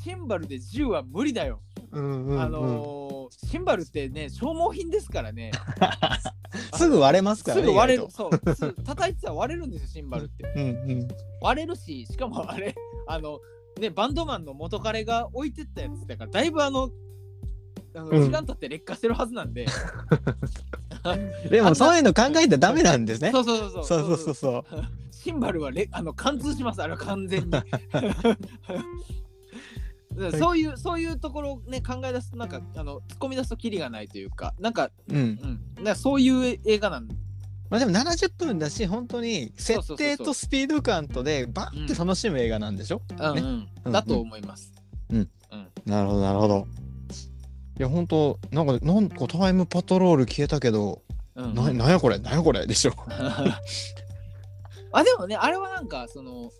[SPEAKER 2] シンバルで銃は無理だよ、
[SPEAKER 1] うんうんうん
[SPEAKER 2] あのーシンバルってね消耗品ですから ね
[SPEAKER 1] すぐ割れますから
[SPEAKER 2] す
[SPEAKER 1] ね。
[SPEAKER 2] ぐ割れ
[SPEAKER 1] 意
[SPEAKER 2] る
[SPEAKER 1] 外と。
[SPEAKER 2] そうすぐ叩いてたら割れるんですよシンバルって
[SPEAKER 1] うんうん。
[SPEAKER 2] 割れるししかもあれあのね、バンドマンの元彼が置いてったやつだから、だいぶあの、あの
[SPEAKER 1] うん
[SPEAKER 2] 時間経って劣化してるはずなんで、
[SPEAKER 1] でもそういうの考えたらダメなんですね。
[SPEAKER 2] そうそうそうそう
[SPEAKER 1] そうそうそうそう。
[SPEAKER 2] シンバルはれあの貫通します、あれは完全に。 だからそういうそういうところを、ね、考え出すとなんかあの突っ込み出すとキリがないというかなんか,、
[SPEAKER 1] うん
[SPEAKER 2] う。ん、なんかそういう映画なん
[SPEAKER 1] まあでも70分だし本当に
[SPEAKER 2] そう
[SPEAKER 1] 設
[SPEAKER 2] そうそうそう
[SPEAKER 1] 定とスピード感とでバンって楽しむ映画なんでしょ、
[SPEAKER 2] うん
[SPEAKER 1] ね
[SPEAKER 2] うんだと思います。
[SPEAKER 1] なるほどなるほど。いや本当なんかなんかタイムパトロール消えたけど、
[SPEAKER 2] うん
[SPEAKER 1] ななんやこれなんやこれでしょ。
[SPEAKER 2] あでもねあれはなんかその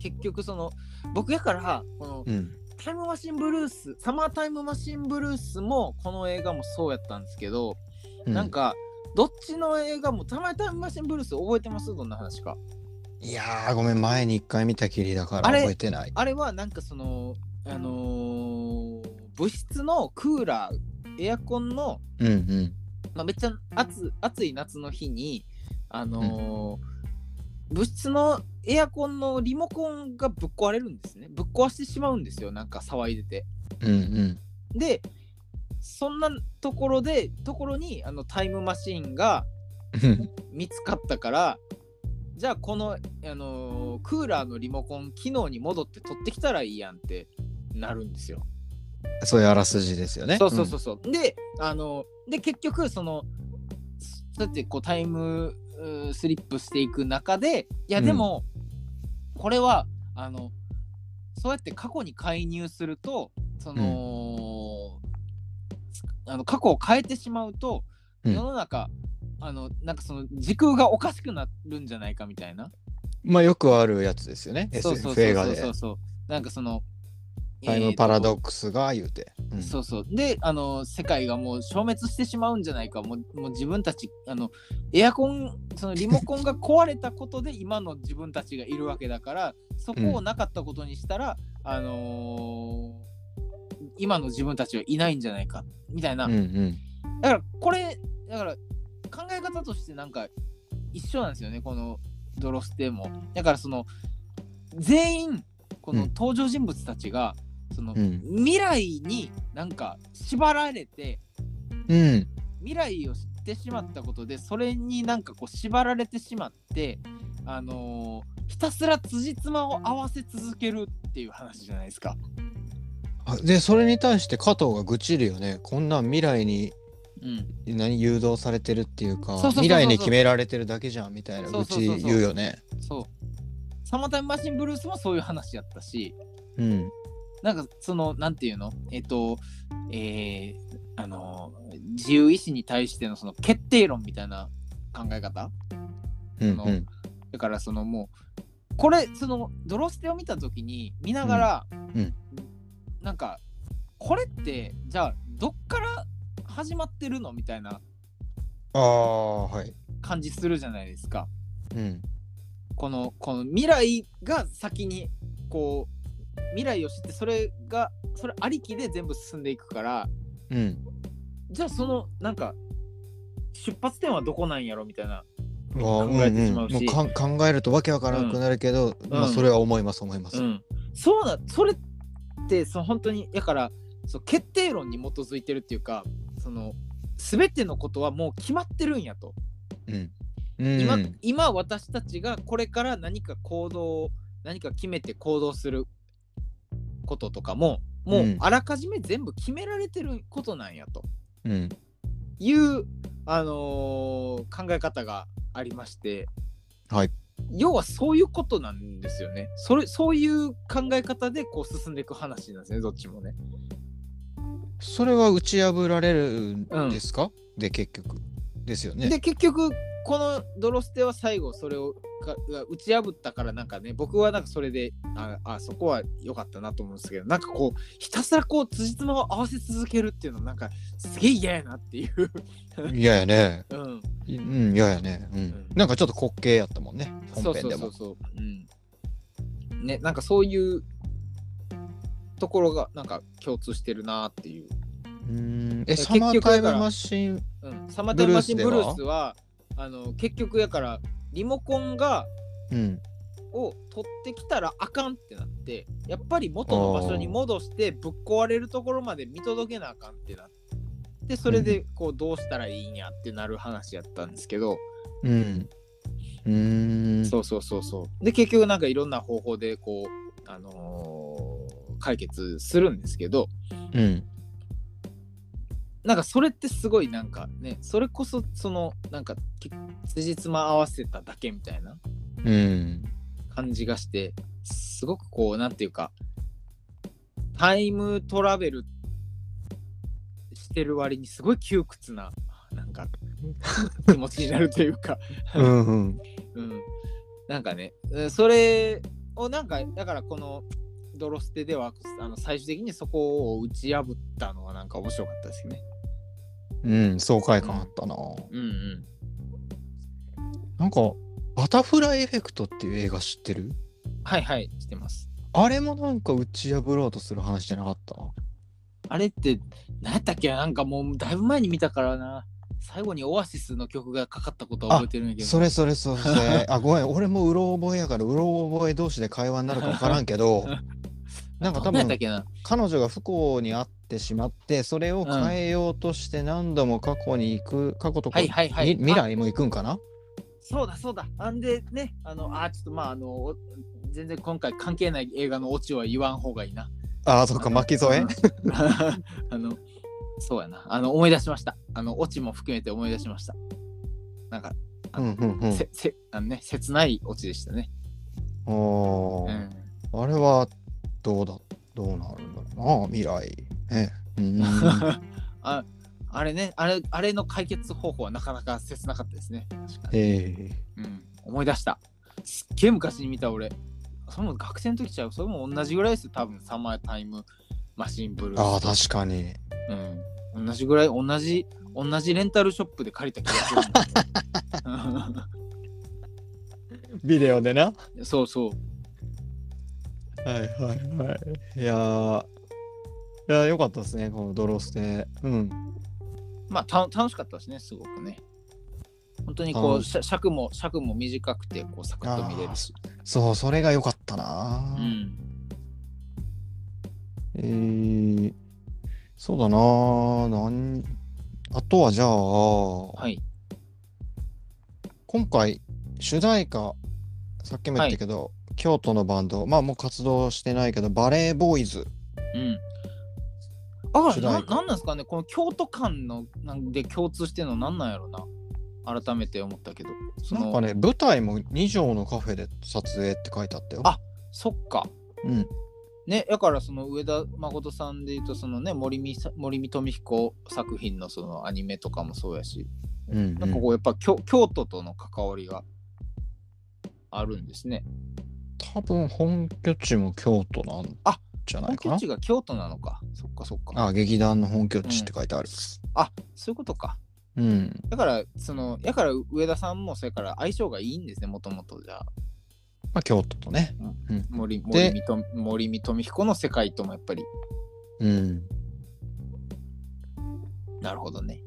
[SPEAKER 2] 結局その僕やからこの
[SPEAKER 1] うん
[SPEAKER 2] タイムマシンブルースサマータイムマシンブルースもこの映画もそうやったんですけど、
[SPEAKER 1] う
[SPEAKER 2] なんかどっちの映画もたまにタイムマシンブルース覚えてますどんな話か
[SPEAKER 1] いやーごめん前に一回見たきりだから
[SPEAKER 2] あれ
[SPEAKER 1] 覚えてない。
[SPEAKER 2] あれはなんかそのあのー物質のクーラーエアコンの、
[SPEAKER 1] うんうん
[SPEAKER 2] まあ、めっちゃ暑暑い夏の日にあのー物質のエアコンのリモコンがぶっ壊れるんですねぶっ壊してしまうんですよなんか騒いでて
[SPEAKER 1] うんうん
[SPEAKER 2] でそんなところでところにあのタイムマシンが
[SPEAKER 1] うん
[SPEAKER 2] 見つかったからじゃあこの、あのークーラーのリモコン機能に戻って取ってきたらいいやんってなるんですよ。
[SPEAKER 1] そういうあらすじですよね。
[SPEAKER 2] そうそうそうそう。であので結局そのすそうやってこうタイムうースリップしていく中でいや
[SPEAKER 1] うん
[SPEAKER 2] でも、これはあのそうやって過去に介入するとその、あの過去を変えてしまうと
[SPEAKER 1] うん
[SPEAKER 2] 世の中、あのなんかその時空がおかしくなるんじゃないかみたいな。
[SPEAKER 1] うん。まあよくあるやつですよね。
[SPEAKER 2] そうそう
[SPEAKER 1] SF
[SPEAKER 2] そう
[SPEAKER 1] 映画
[SPEAKER 2] そう
[SPEAKER 1] で
[SPEAKER 2] そうそう。なんかその
[SPEAKER 1] タイ
[SPEAKER 2] えー
[SPEAKER 1] ム
[SPEAKER 2] と
[SPEAKER 1] パラドックスが言うて。うん
[SPEAKER 2] そうそうであの世界がもう消滅してしまうんじゃないかもうもう自分たちあのエアコンそのリモコンが壊れたこと で今の自分たちがいるわけだからそこをなかったことにしたら、あのー今の自分たちはいないんじゃないかみたいな、
[SPEAKER 1] うんうん。
[SPEAKER 2] だからこれだから考え方としてなんか一緒なんですよねこのドロステもだからその全員この
[SPEAKER 1] うん
[SPEAKER 2] 登場人物たちが、その、
[SPEAKER 1] うん
[SPEAKER 2] 未来になんか縛られて
[SPEAKER 1] うん
[SPEAKER 2] 未来を知ってしまったことでそれになんかこう縛られてしまってあのーひたすら辻褄を合わせ続けるっていう話じゃないですか。
[SPEAKER 1] あでそれに対して加藤が愚痴るよねこんなん未来に
[SPEAKER 2] うん、
[SPEAKER 1] 何誘導されてるっていうか
[SPEAKER 2] そうそうそうそう
[SPEAKER 1] 未来に決められてるだけじゃんみたいな愚痴言うよね
[SPEAKER 2] そうサマータイムマシンブルースもそういう話やったし、
[SPEAKER 1] うん
[SPEAKER 2] なんかそのなんていうのえっとえー、あの自由意志に対してのその決定論みたいな考え方
[SPEAKER 1] うんうん
[SPEAKER 2] だからそのもうこれそのドロステを見た時に見ながら、
[SPEAKER 1] うんうん
[SPEAKER 2] なんかこれってじゃあどっから始まってるのみたいな
[SPEAKER 1] ああはい
[SPEAKER 2] 感じするじゃないですか
[SPEAKER 1] うん
[SPEAKER 2] このこの未来が先にこう未来を知ってそれがそれありきで全部進んでいくから
[SPEAKER 1] うん
[SPEAKER 2] じゃあそのなんか出発点はどこなんやろみたいな
[SPEAKER 1] わあ
[SPEAKER 2] 考えてしまうし
[SPEAKER 1] んんもうかん考えるとわけわからなくなるけど、まあ、それは思います思います、
[SPEAKER 2] うん、そうなそれってその本当にだからそう決定論に基づいてるっていうかその全てのことはもう決まってるんやと、
[SPEAKER 1] うんうん
[SPEAKER 2] 今今私たちがこれから何か行動を何か決めて行動することとかももううんあらかじめ全部決められてることなんやと
[SPEAKER 1] うん
[SPEAKER 2] いう、あのー考え方がありまして、
[SPEAKER 1] はい、
[SPEAKER 2] 要はそういうことなんですよねそれそういう考え方でこう進んでいく話なんですねどっちもね。
[SPEAKER 1] それは打ち破られるんですか、で結局ですよね
[SPEAKER 2] で結局このドロステは最後それをかが打ち破ったからなんかね僕はなんかそれでああそこは良かったなと思うんですけどなんかこうひたすらこう辻褄を合わせ続けるっていうのなんかすげえ嫌やなっていう。
[SPEAKER 1] 嫌ややね
[SPEAKER 2] うん
[SPEAKER 1] うん嫌ややね、うん
[SPEAKER 2] ん
[SPEAKER 1] なんかちょっと滑稽やったもんね
[SPEAKER 2] そ
[SPEAKER 1] 本
[SPEAKER 2] う
[SPEAKER 1] 編
[SPEAKER 2] そう
[SPEAKER 1] で
[SPEAKER 2] そ
[SPEAKER 1] も
[SPEAKER 2] うそう、うん。ね、なんかそういうところがなんか共通してるなっていう。
[SPEAKER 1] うーんえ
[SPEAKER 2] 結
[SPEAKER 1] サ
[SPEAKER 2] 局
[SPEAKER 1] マータイムマシン
[SPEAKER 2] うん、サマータイムマシンブ
[SPEAKER 1] ブ
[SPEAKER 2] ル
[SPEAKER 1] ル
[SPEAKER 2] ー
[SPEAKER 1] ー
[SPEAKER 2] ス
[SPEAKER 1] ス
[SPEAKER 2] はあの結局やからリモコンが
[SPEAKER 1] うん
[SPEAKER 2] を取ってきたらあかんってなってやっぱり元の場所に戻してぶっ壊れるところまで見届けなあかんってなってそれでこうどうしたらいいんやってなる話やったんですけど、
[SPEAKER 1] うん。うーん。
[SPEAKER 2] そうそうそうそうで結局なんかいろんな方法でこうあのー解決するんですけど
[SPEAKER 1] うん。
[SPEAKER 2] なんかそれってすごいなんかねそれこそそのなんかき辻褄合わせただけみたいな
[SPEAKER 1] うん。
[SPEAKER 2] 感じがしてすごくこうなんていうかタイムトラベルしてる割にすごい窮屈ななんか 気持ちになるというか、
[SPEAKER 1] うん。うん。
[SPEAKER 2] うん、なんかねうんそれをなんかだからこの「ドロステ」ではあの最終的にそこを打ち破ったのはなんか面白かったですよね。
[SPEAKER 1] うん。爽快感あったな。
[SPEAKER 2] うんうん、
[SPEAKER 1] なんか、バタフライエフェクトっていう映画知ってる
[SPEAKER 2] はいはいしてます。
[SPEAKER 1] あれもなんか打ち破ろうとする話じゃなかった
[SPEAKER 2] あれって何やったっけなんかもうだいぶ前に見たからな最後にオアシスの曲がかかったことは覚えてるんやけど
[SPEAKER 1] それそれそれそ れ。あ、ごめん、俺もうろ覚えやから、うろ覚え同士で会話になるか分からんけ ど、なんか多
[SPEAKER 2] 何やった
[SPEAKER 1] 分、
[SPEAKER 2] っけな
[SPEAKER 1] 彼女が不幸に遭ってしまって、それを変えようとして何度も過去に行く、過去とか、
[SPEAKER 2] はいはいはい
[SPEAKER 1] み未来も行くんかな
[SPEAKER 2] そうだそうだあんでねあのあちょっとまああのお全然今回関係ない映画のオチは言わん方がいいな
[SPEAKER 1] ああ、そっか、巻き添え
[SPEAKER 2] うんあの そうやなあの思い出しましたあのオチも含めて思い出しましたなんか、
[SPEAKER 1] う
[SPEAKER 2] あ
[SPEAKER 1] んうんうん。
[SPEAKER 2] せせあのね切ないオチでしたね
[SPEAKER 1] お
[SPEAKER 2] う
[SPEAKER 1] ー
[SPEAKER 2] ん
[SPEAKER 1] あれはどうだどうなるんだろうな未来ええう ーん
[SPEAKER 2] ああれねあれあれの解決方法はなかなか切なかったですね確かに
[SPEAKER 1] え
[SPEAKER 2] うん、思い出した。すっげえ昔に見た俺。それも学生の時ちゃう。それも同じぐらいですよ。多分サマータイムマシンブル
[SPEAKER 1] え
[SPEAKER 2] ース。
[SPEAKER 1] ああ確かに
[SPEAKER 2] うん。同じぐらい、同じ、同じレンタルショップで借りた気が するんだよ
[SPEAKER 1] ビデオでな
[SPEAKER 2] うん。 そうそう。
[SPEAKER 1] はいはいはいいやーいやーよかったですねこのドロステうん
[SPEAKER 2] まあた楽しかったですね、すごくね。本当にこ
[SPEAKER 1] 楽
[SPEAKER 2] う、
[SPEAKER 1] し
[SPEAKER 2] しゃ尺も、尺も短くて、こう、サクッと見れるし。
[SPEAKER 1] そうそれが良かったな
[SPEAKER 2] う、ん。
[SPEAKER 1] えーそうだなーなんあとはじゃあ、
[SPEAKER 2] はい。
[SPEAKER 1] 今回主題歌さっきも言ったけど、京都のバンドまあもう活動してないけどバレーボーイズ
[SPEAKER 2] うん。あ
[SPEAKER 1] 主
[SPEAKER 2] あ、
[SPEAKER 1] 題
[SPEAKER 2] な
[SPEAKER 1] 歌
[SPEAKER 2] なんなんですかね、この京都間のなんで共通してるのなんなんやろな。改めて思ったけど。そ
[SPEAKER 1] なん
[SPEAKER 2] の
[SPEAKER 1] かね舞台も2畳のカフェで撮影って書いてあったよ。
[SPEAKER 2] あそっか。
[SPEAKER 1] うん、
[SPEAKER 2] ね、だからその上田誠さんで言うと、そのね、森見さ森見富彦作品のそのアニメとかもそうやし、
[SPEAKER 1] うんうん
[SPEAKER 2] なんかこうやっぱ京京都との関わりがあるんですね。
[SPEAKER 1] 多分本拠地も京都なん
[SPEAKER 2] あ
[SPEAKER 1] じゃな
[SPEAKER 2] 本
[SPEAKER 1] いか
[SPEAKER 2] 拠
[SPEAKER 1] な
[SPEAKER 2] 地。が京都なのか。そっかそっか。
[SPEAKER 1] あ劇団の本拠地って書いてある。
[SPEAKER 2] あそういうことか。
[SPEAKER 1] うん、
[SPEAKER 2] だから、その、やから上田さんもそれから相性がいいんですね、もともとじゃあ。
[SPEAKER 1] まあ京都とね。うん
[SPEAKER 2] 森
[SPEAKER 1] で
[SPEAKER 2] 森見と森見富彦の世界ともやっぱり
[SPEAKER 1] うん、
[SPEAKER 2] なるほどね。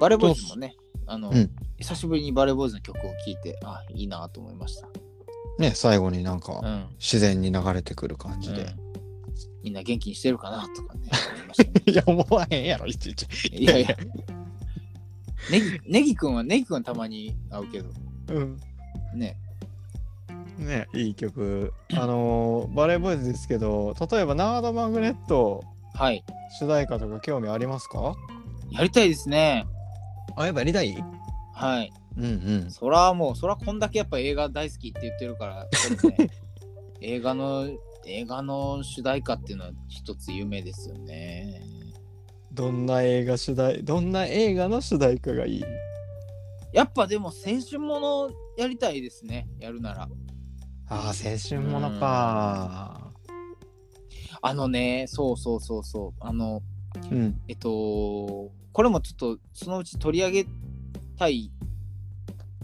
[SPEAKER 2] バレーボーイズもね、あの、
[SPEAKER 1] うん
[SPEAKER 2] 久しぶりにバレーボーイズの曲を聴いて、あ、いいなと思いました。
[SPEAKER 1] ね最後になん
[SPEAKER 2] う
[SPEAKER 1] か
[SPEAKER 2] ん。
[SPEAKER 1] 自然に流れてくる感じで。
[SPEAKER 2] うんみんな元気にしてるかなとかね。思いました ね
[SPEAKER 1] いや思わへんやろいちいち。
[SPEAKER 2] いやいや。ネギネギ君はネギ君はたまに会うけど、
[SPEAKER 1] うん
[SPEAKER 2] ね。
[SPEAKER 1] ねいい 曲。あのーバレーボーイズですけど例えばナードマグネット
[SPEAKER 2] はい。
[SPEAKER 1] 主題歌とか興味ありますか
[SPEAKER 2] やりたいですね。
[SPEAKER 1] あやっぱやりたい
[SPEAKER 2] はい。
[SPEAKER 1] うんうん。
[SPEAKER 2] そらもう、そらこんだけやっぱ映画大好きって言ってるから、 やっぱりね映画の、映画の主題歌っていうのは一つ夢ですよね。
[SPEAKER 1] どんな映画主題どんな映画の主題歌がいい
[SPEAKER 2] やっぱでも青春ものやりたいですね、やるなら。
[SPEAKER 1] ああ青春ものか
[SPEAKER 2] あのね、そうそうそうそう、あの、
[SPEAKER 1] うん
[SPEAKER 2] えっと、これもちょっとそのうち取り上げたい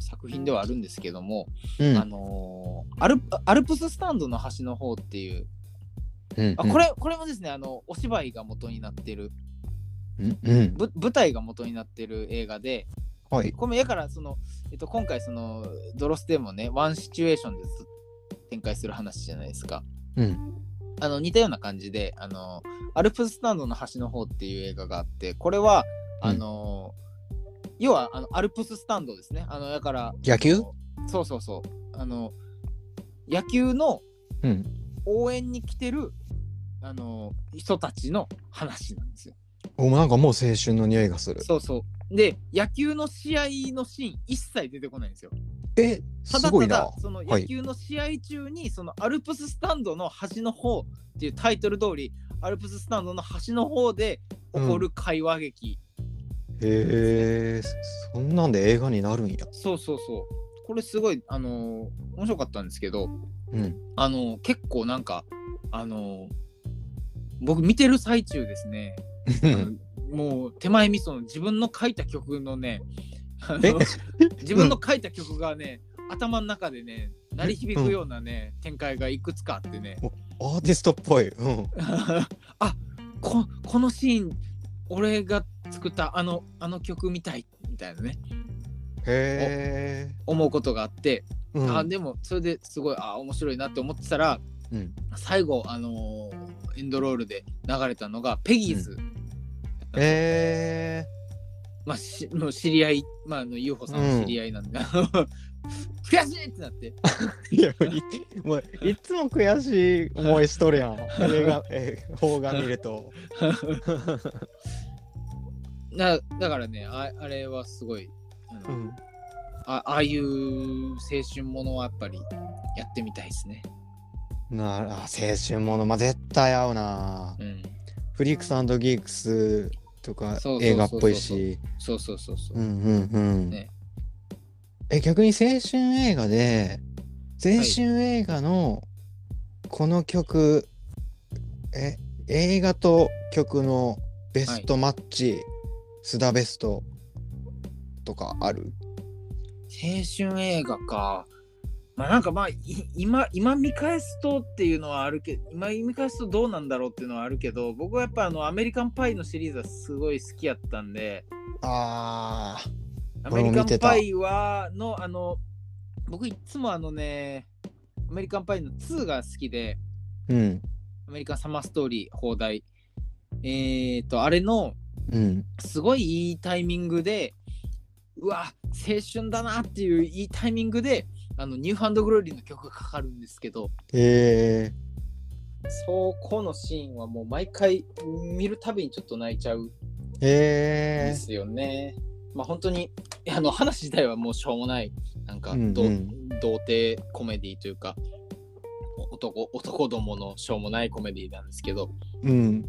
[SPEAKER 2] 作品ではあるんですけども、
[SPEAKER 1] うん
[SPEAKER 2] あのアル、アルプススタンドの端の方っていう、
[SPEAKER 1] うん
[SPEAKER 2] あこれこれもですね、あのお芝居が元になってる、
[SPEAKER 1] うんうん
[SPEAKER 2] ぶ舞台が元になってる映画で、
[SPEAKER 1] はい
[SPEAKER 2] これもやからその、えっと、今回そのドロステもねワンシチュエーションでず展開する話じゃないですか。
[SPEAKER 1] うん。
[SPEAKER 2] あの似たような感じであの「アルプススタンドの橋の方」っていう映画があってこれは
[SPEAKER 1] うん
[SPEAKER 2] あの、要はあのアルプススタンドですねあのだから
[SPEAKER 1] 野球
[SPEAKER 2] そうそうそうあの野球の
[SPEAKER 1] うん。
[SPEAKER 2] 応援に来てるあの人たちの話なんですよ。
[SPEAKER 1] おなんかもう青春の匂いがする。
[SPEAKER 2] そうそうで野球の試合のシーン一切出てこないんですよ。
[SPEAKER 1] え、
[SPEAKER 2] た
[SPEAKER 1] す
[SPEAKER 2] だ
[SPEAKER 1] ご
[SPEAKER 2] た
[SPEAKER 1] いな
[SPEAKER 2] だ。その
[SPEAKER 1] はい
[SPEAKER 2] 野球の試合中に、そのアルプススタンドの端の方っていうタイトル通りアルプススタンドの端の方で起こる会話劇、
[SPEAKER 1] へえ、そんなんで映画になるんや。
[SPEAKER 2] そうそうそうこれすごいあのー面白かったんですけど
[SPEAKER 1] うん。
[SPEAKER 2] あのー結構なんかあのー僕見てる最中ですね、もう手前味噌の自分の書いた曲のねあの
[SPEAKER 1] え
[SPEAKER 2] 自分の書いた曲がね、頭の中でね鳴り響くようなね、展開がいくつかあってね
[SPEAKER 1] アーティストっぽい。うん。
[SPEAKER 2] あここのシーン俺が作ったあのあの曲みたいみたいなね
[SPEAKER 1] へえ。
[SPEAKER 2] 思うことがあって、
[SPEAKER 1] うん
[SPEAKER 2] あでもそれですごいあ面白いなって思ってたら
[SPEAKER 1] うん。
[SPEAKER 2] 最後あのーエンドロールで流れたのがペギーズ、
[SPEAKER 1] へえ。
[SPEAKER 2] まあ、し の知り合い、まあ、あの UFO さんの知り合いなんで、あの 悔しいってなって
[SPEAKER 1] いや、いもういつも悔しい思いしとるやん。映画、 え邦画見ると。
[SPEAKER 2] なだからねああれはすごいあの、
[SPEAKER 1] うん
[SPEAKER 2] あああいう青春ものはやっぱりやってみたいですね。
[SPEAKER 1] なあ青春もの、まあ、絶対合うな。
[SPEAKER 2] うん、
[SPEAKER 1] フリークスギークスとか
[SPEAKER 2] そうそうそうそう
[SPEAKER 1] 映画っぽいし。
[SPEAKER 2] そうそうそうそう。
[SPEAKER 1] うんうんうん。
[SPEAKER 2] ね
[SPEAKER 1] え、逆に青春映画で、青春映画のこの曲、え、映画と曲のベストマッチ、須田ベストとかある
[SPEAKER 2] 青春映画か。まあなんかまあい今今見返すとっていうのはあるけど今見返すとどうなんだろうっていうのはあるけど僕はやっぱあのアメリカンパイのシリーズはすごい好きやったんで
[SPEAKER 1] ああ、
[SPEAKER 2] アメ
[SPEAKER 1] 俺も見
[SPEAKER 2] リカ
[SPEAKER 1] て
[SPEAKER 2] ン
[SPEAKER 1] た
[SPEAKER 2] パイはのあの僕いつもあのねアメリカンパイの2が好きで
[SPEAKER 1] うん、
[SPEAKER 2] アメリカンサマーストーリー放題えっ、ー、とあれの
[SPEAKER 1] うん、
[SPEAKER 2] すごいいいタイミングでうわ青春だなっていういいタイミングであのニューハンドグローリーの曲がかかるんですけど
[SPEAKER 1] え
[SPEAKER 2] そこのシーンはもう毎回見るたびにちょっと泣いちゃうん
[SPEAKER 1] ー、え
[SPEAKER 2] で
[SPEAKER 1] ー、
[SPEAKER 2] すよね。まあ本当に あの話自体はもうしょうもないなんかど、
[SPEAKER 1] うんう
[SPEAKER 2] 童貞コメディというか男男どものしょうもないコメディなんですけど
[SPEAKER 1] うん、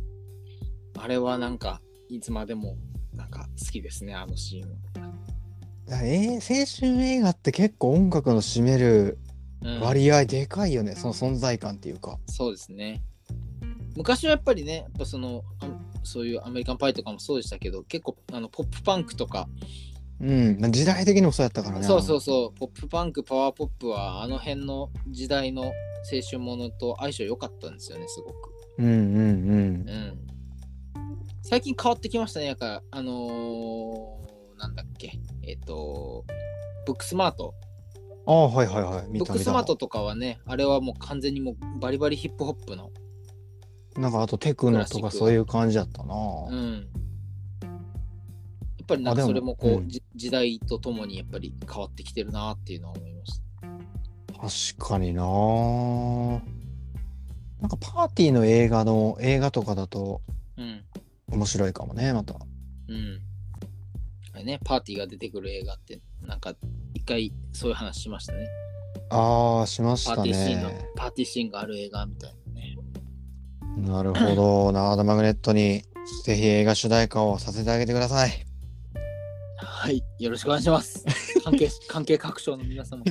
[SPEAKER 2] あれはなんかいつまでもなんか好きですねあのシーンは。
[SPEAKER 1] あえー青春映画って結構音楽の占める
[SPEAKER 2] うん
[SPEAKER 1] 割合でかいよね、その存在感っていうか。
[SPEAKER 2] そうですね。昔はやっぱりね、やっぱそのあそういうアメリカンパイとかもそうでしたけど、結構あのポップパンクとか、
[SPEAKER 1] うん、まあ時代的にもそうやったからね。
[SPEAKER 2] そうそうそう、ポップパンク、パワーポップはあの辺の時代の青春ものと相性良かったんですよね、すごく。
[SPEAKER 1] うんうんうん
[SPEAKER 2] う。ん。最近変わってきましたね、やっぱあのーなんだっけ、えっ、と、ブックスマート。
[SPEAKER 1] ああ、はいはいはい。見
[SPEAKER 2] ブッ
[SPEAKER 1] た
[SPEAKER 2] ク
[SPEAKER 1] 見
[SPEAKER 2] スマー
[SPEAKER 1] た。
[SPEAKER 2] トとかはね、あれはもう完全にもうバリバリヒップホップの
[SPEAKER 1] なんかあとテクノと
[SPEAKER 2] クラ
[SPEAKER 1] か
[SPEAKER 2] シック
[SPEAKER 1] そういう感じだったな。
[SPEAKER 2] うん、やっぱりなん
[SPEAKER 1] あで
[SPEAKER 2] か
[SPEAKER 1] も
[SPEAKER 2] それもこう、
[SPEAKER 1] うん
[SPEAKER 2] じ時代とともにやっぱり変わってきてるなっていうのは思います。
[SPEAKER 1] 確かにな。なんかパーティーの映画の映画とかだと
[SPEAKER 2] うん。
[SPEAKER 1] 面白いかもね、また。
[SPEAKER 2] うん。あれね、パーティーが出てくる映画って、なんか一回そういう話しましたね。
[SPEAKER 1] ああ、しまし
[SPEAKER 2] パ
[SPEAKER 1] た
[SPEAKER 2] ーティーシーンの、
[SPEAKER 1] ね。
[SPEAKER 2] パーティーシーンがある映画みたいなね。
[SPEAKER 1] なるほど。ナードマグネットにぜひ映画主題歌をさせてあげてください。
[SPEAKER 2] はい、よろしくお願いします。関係、関係各省の皆様。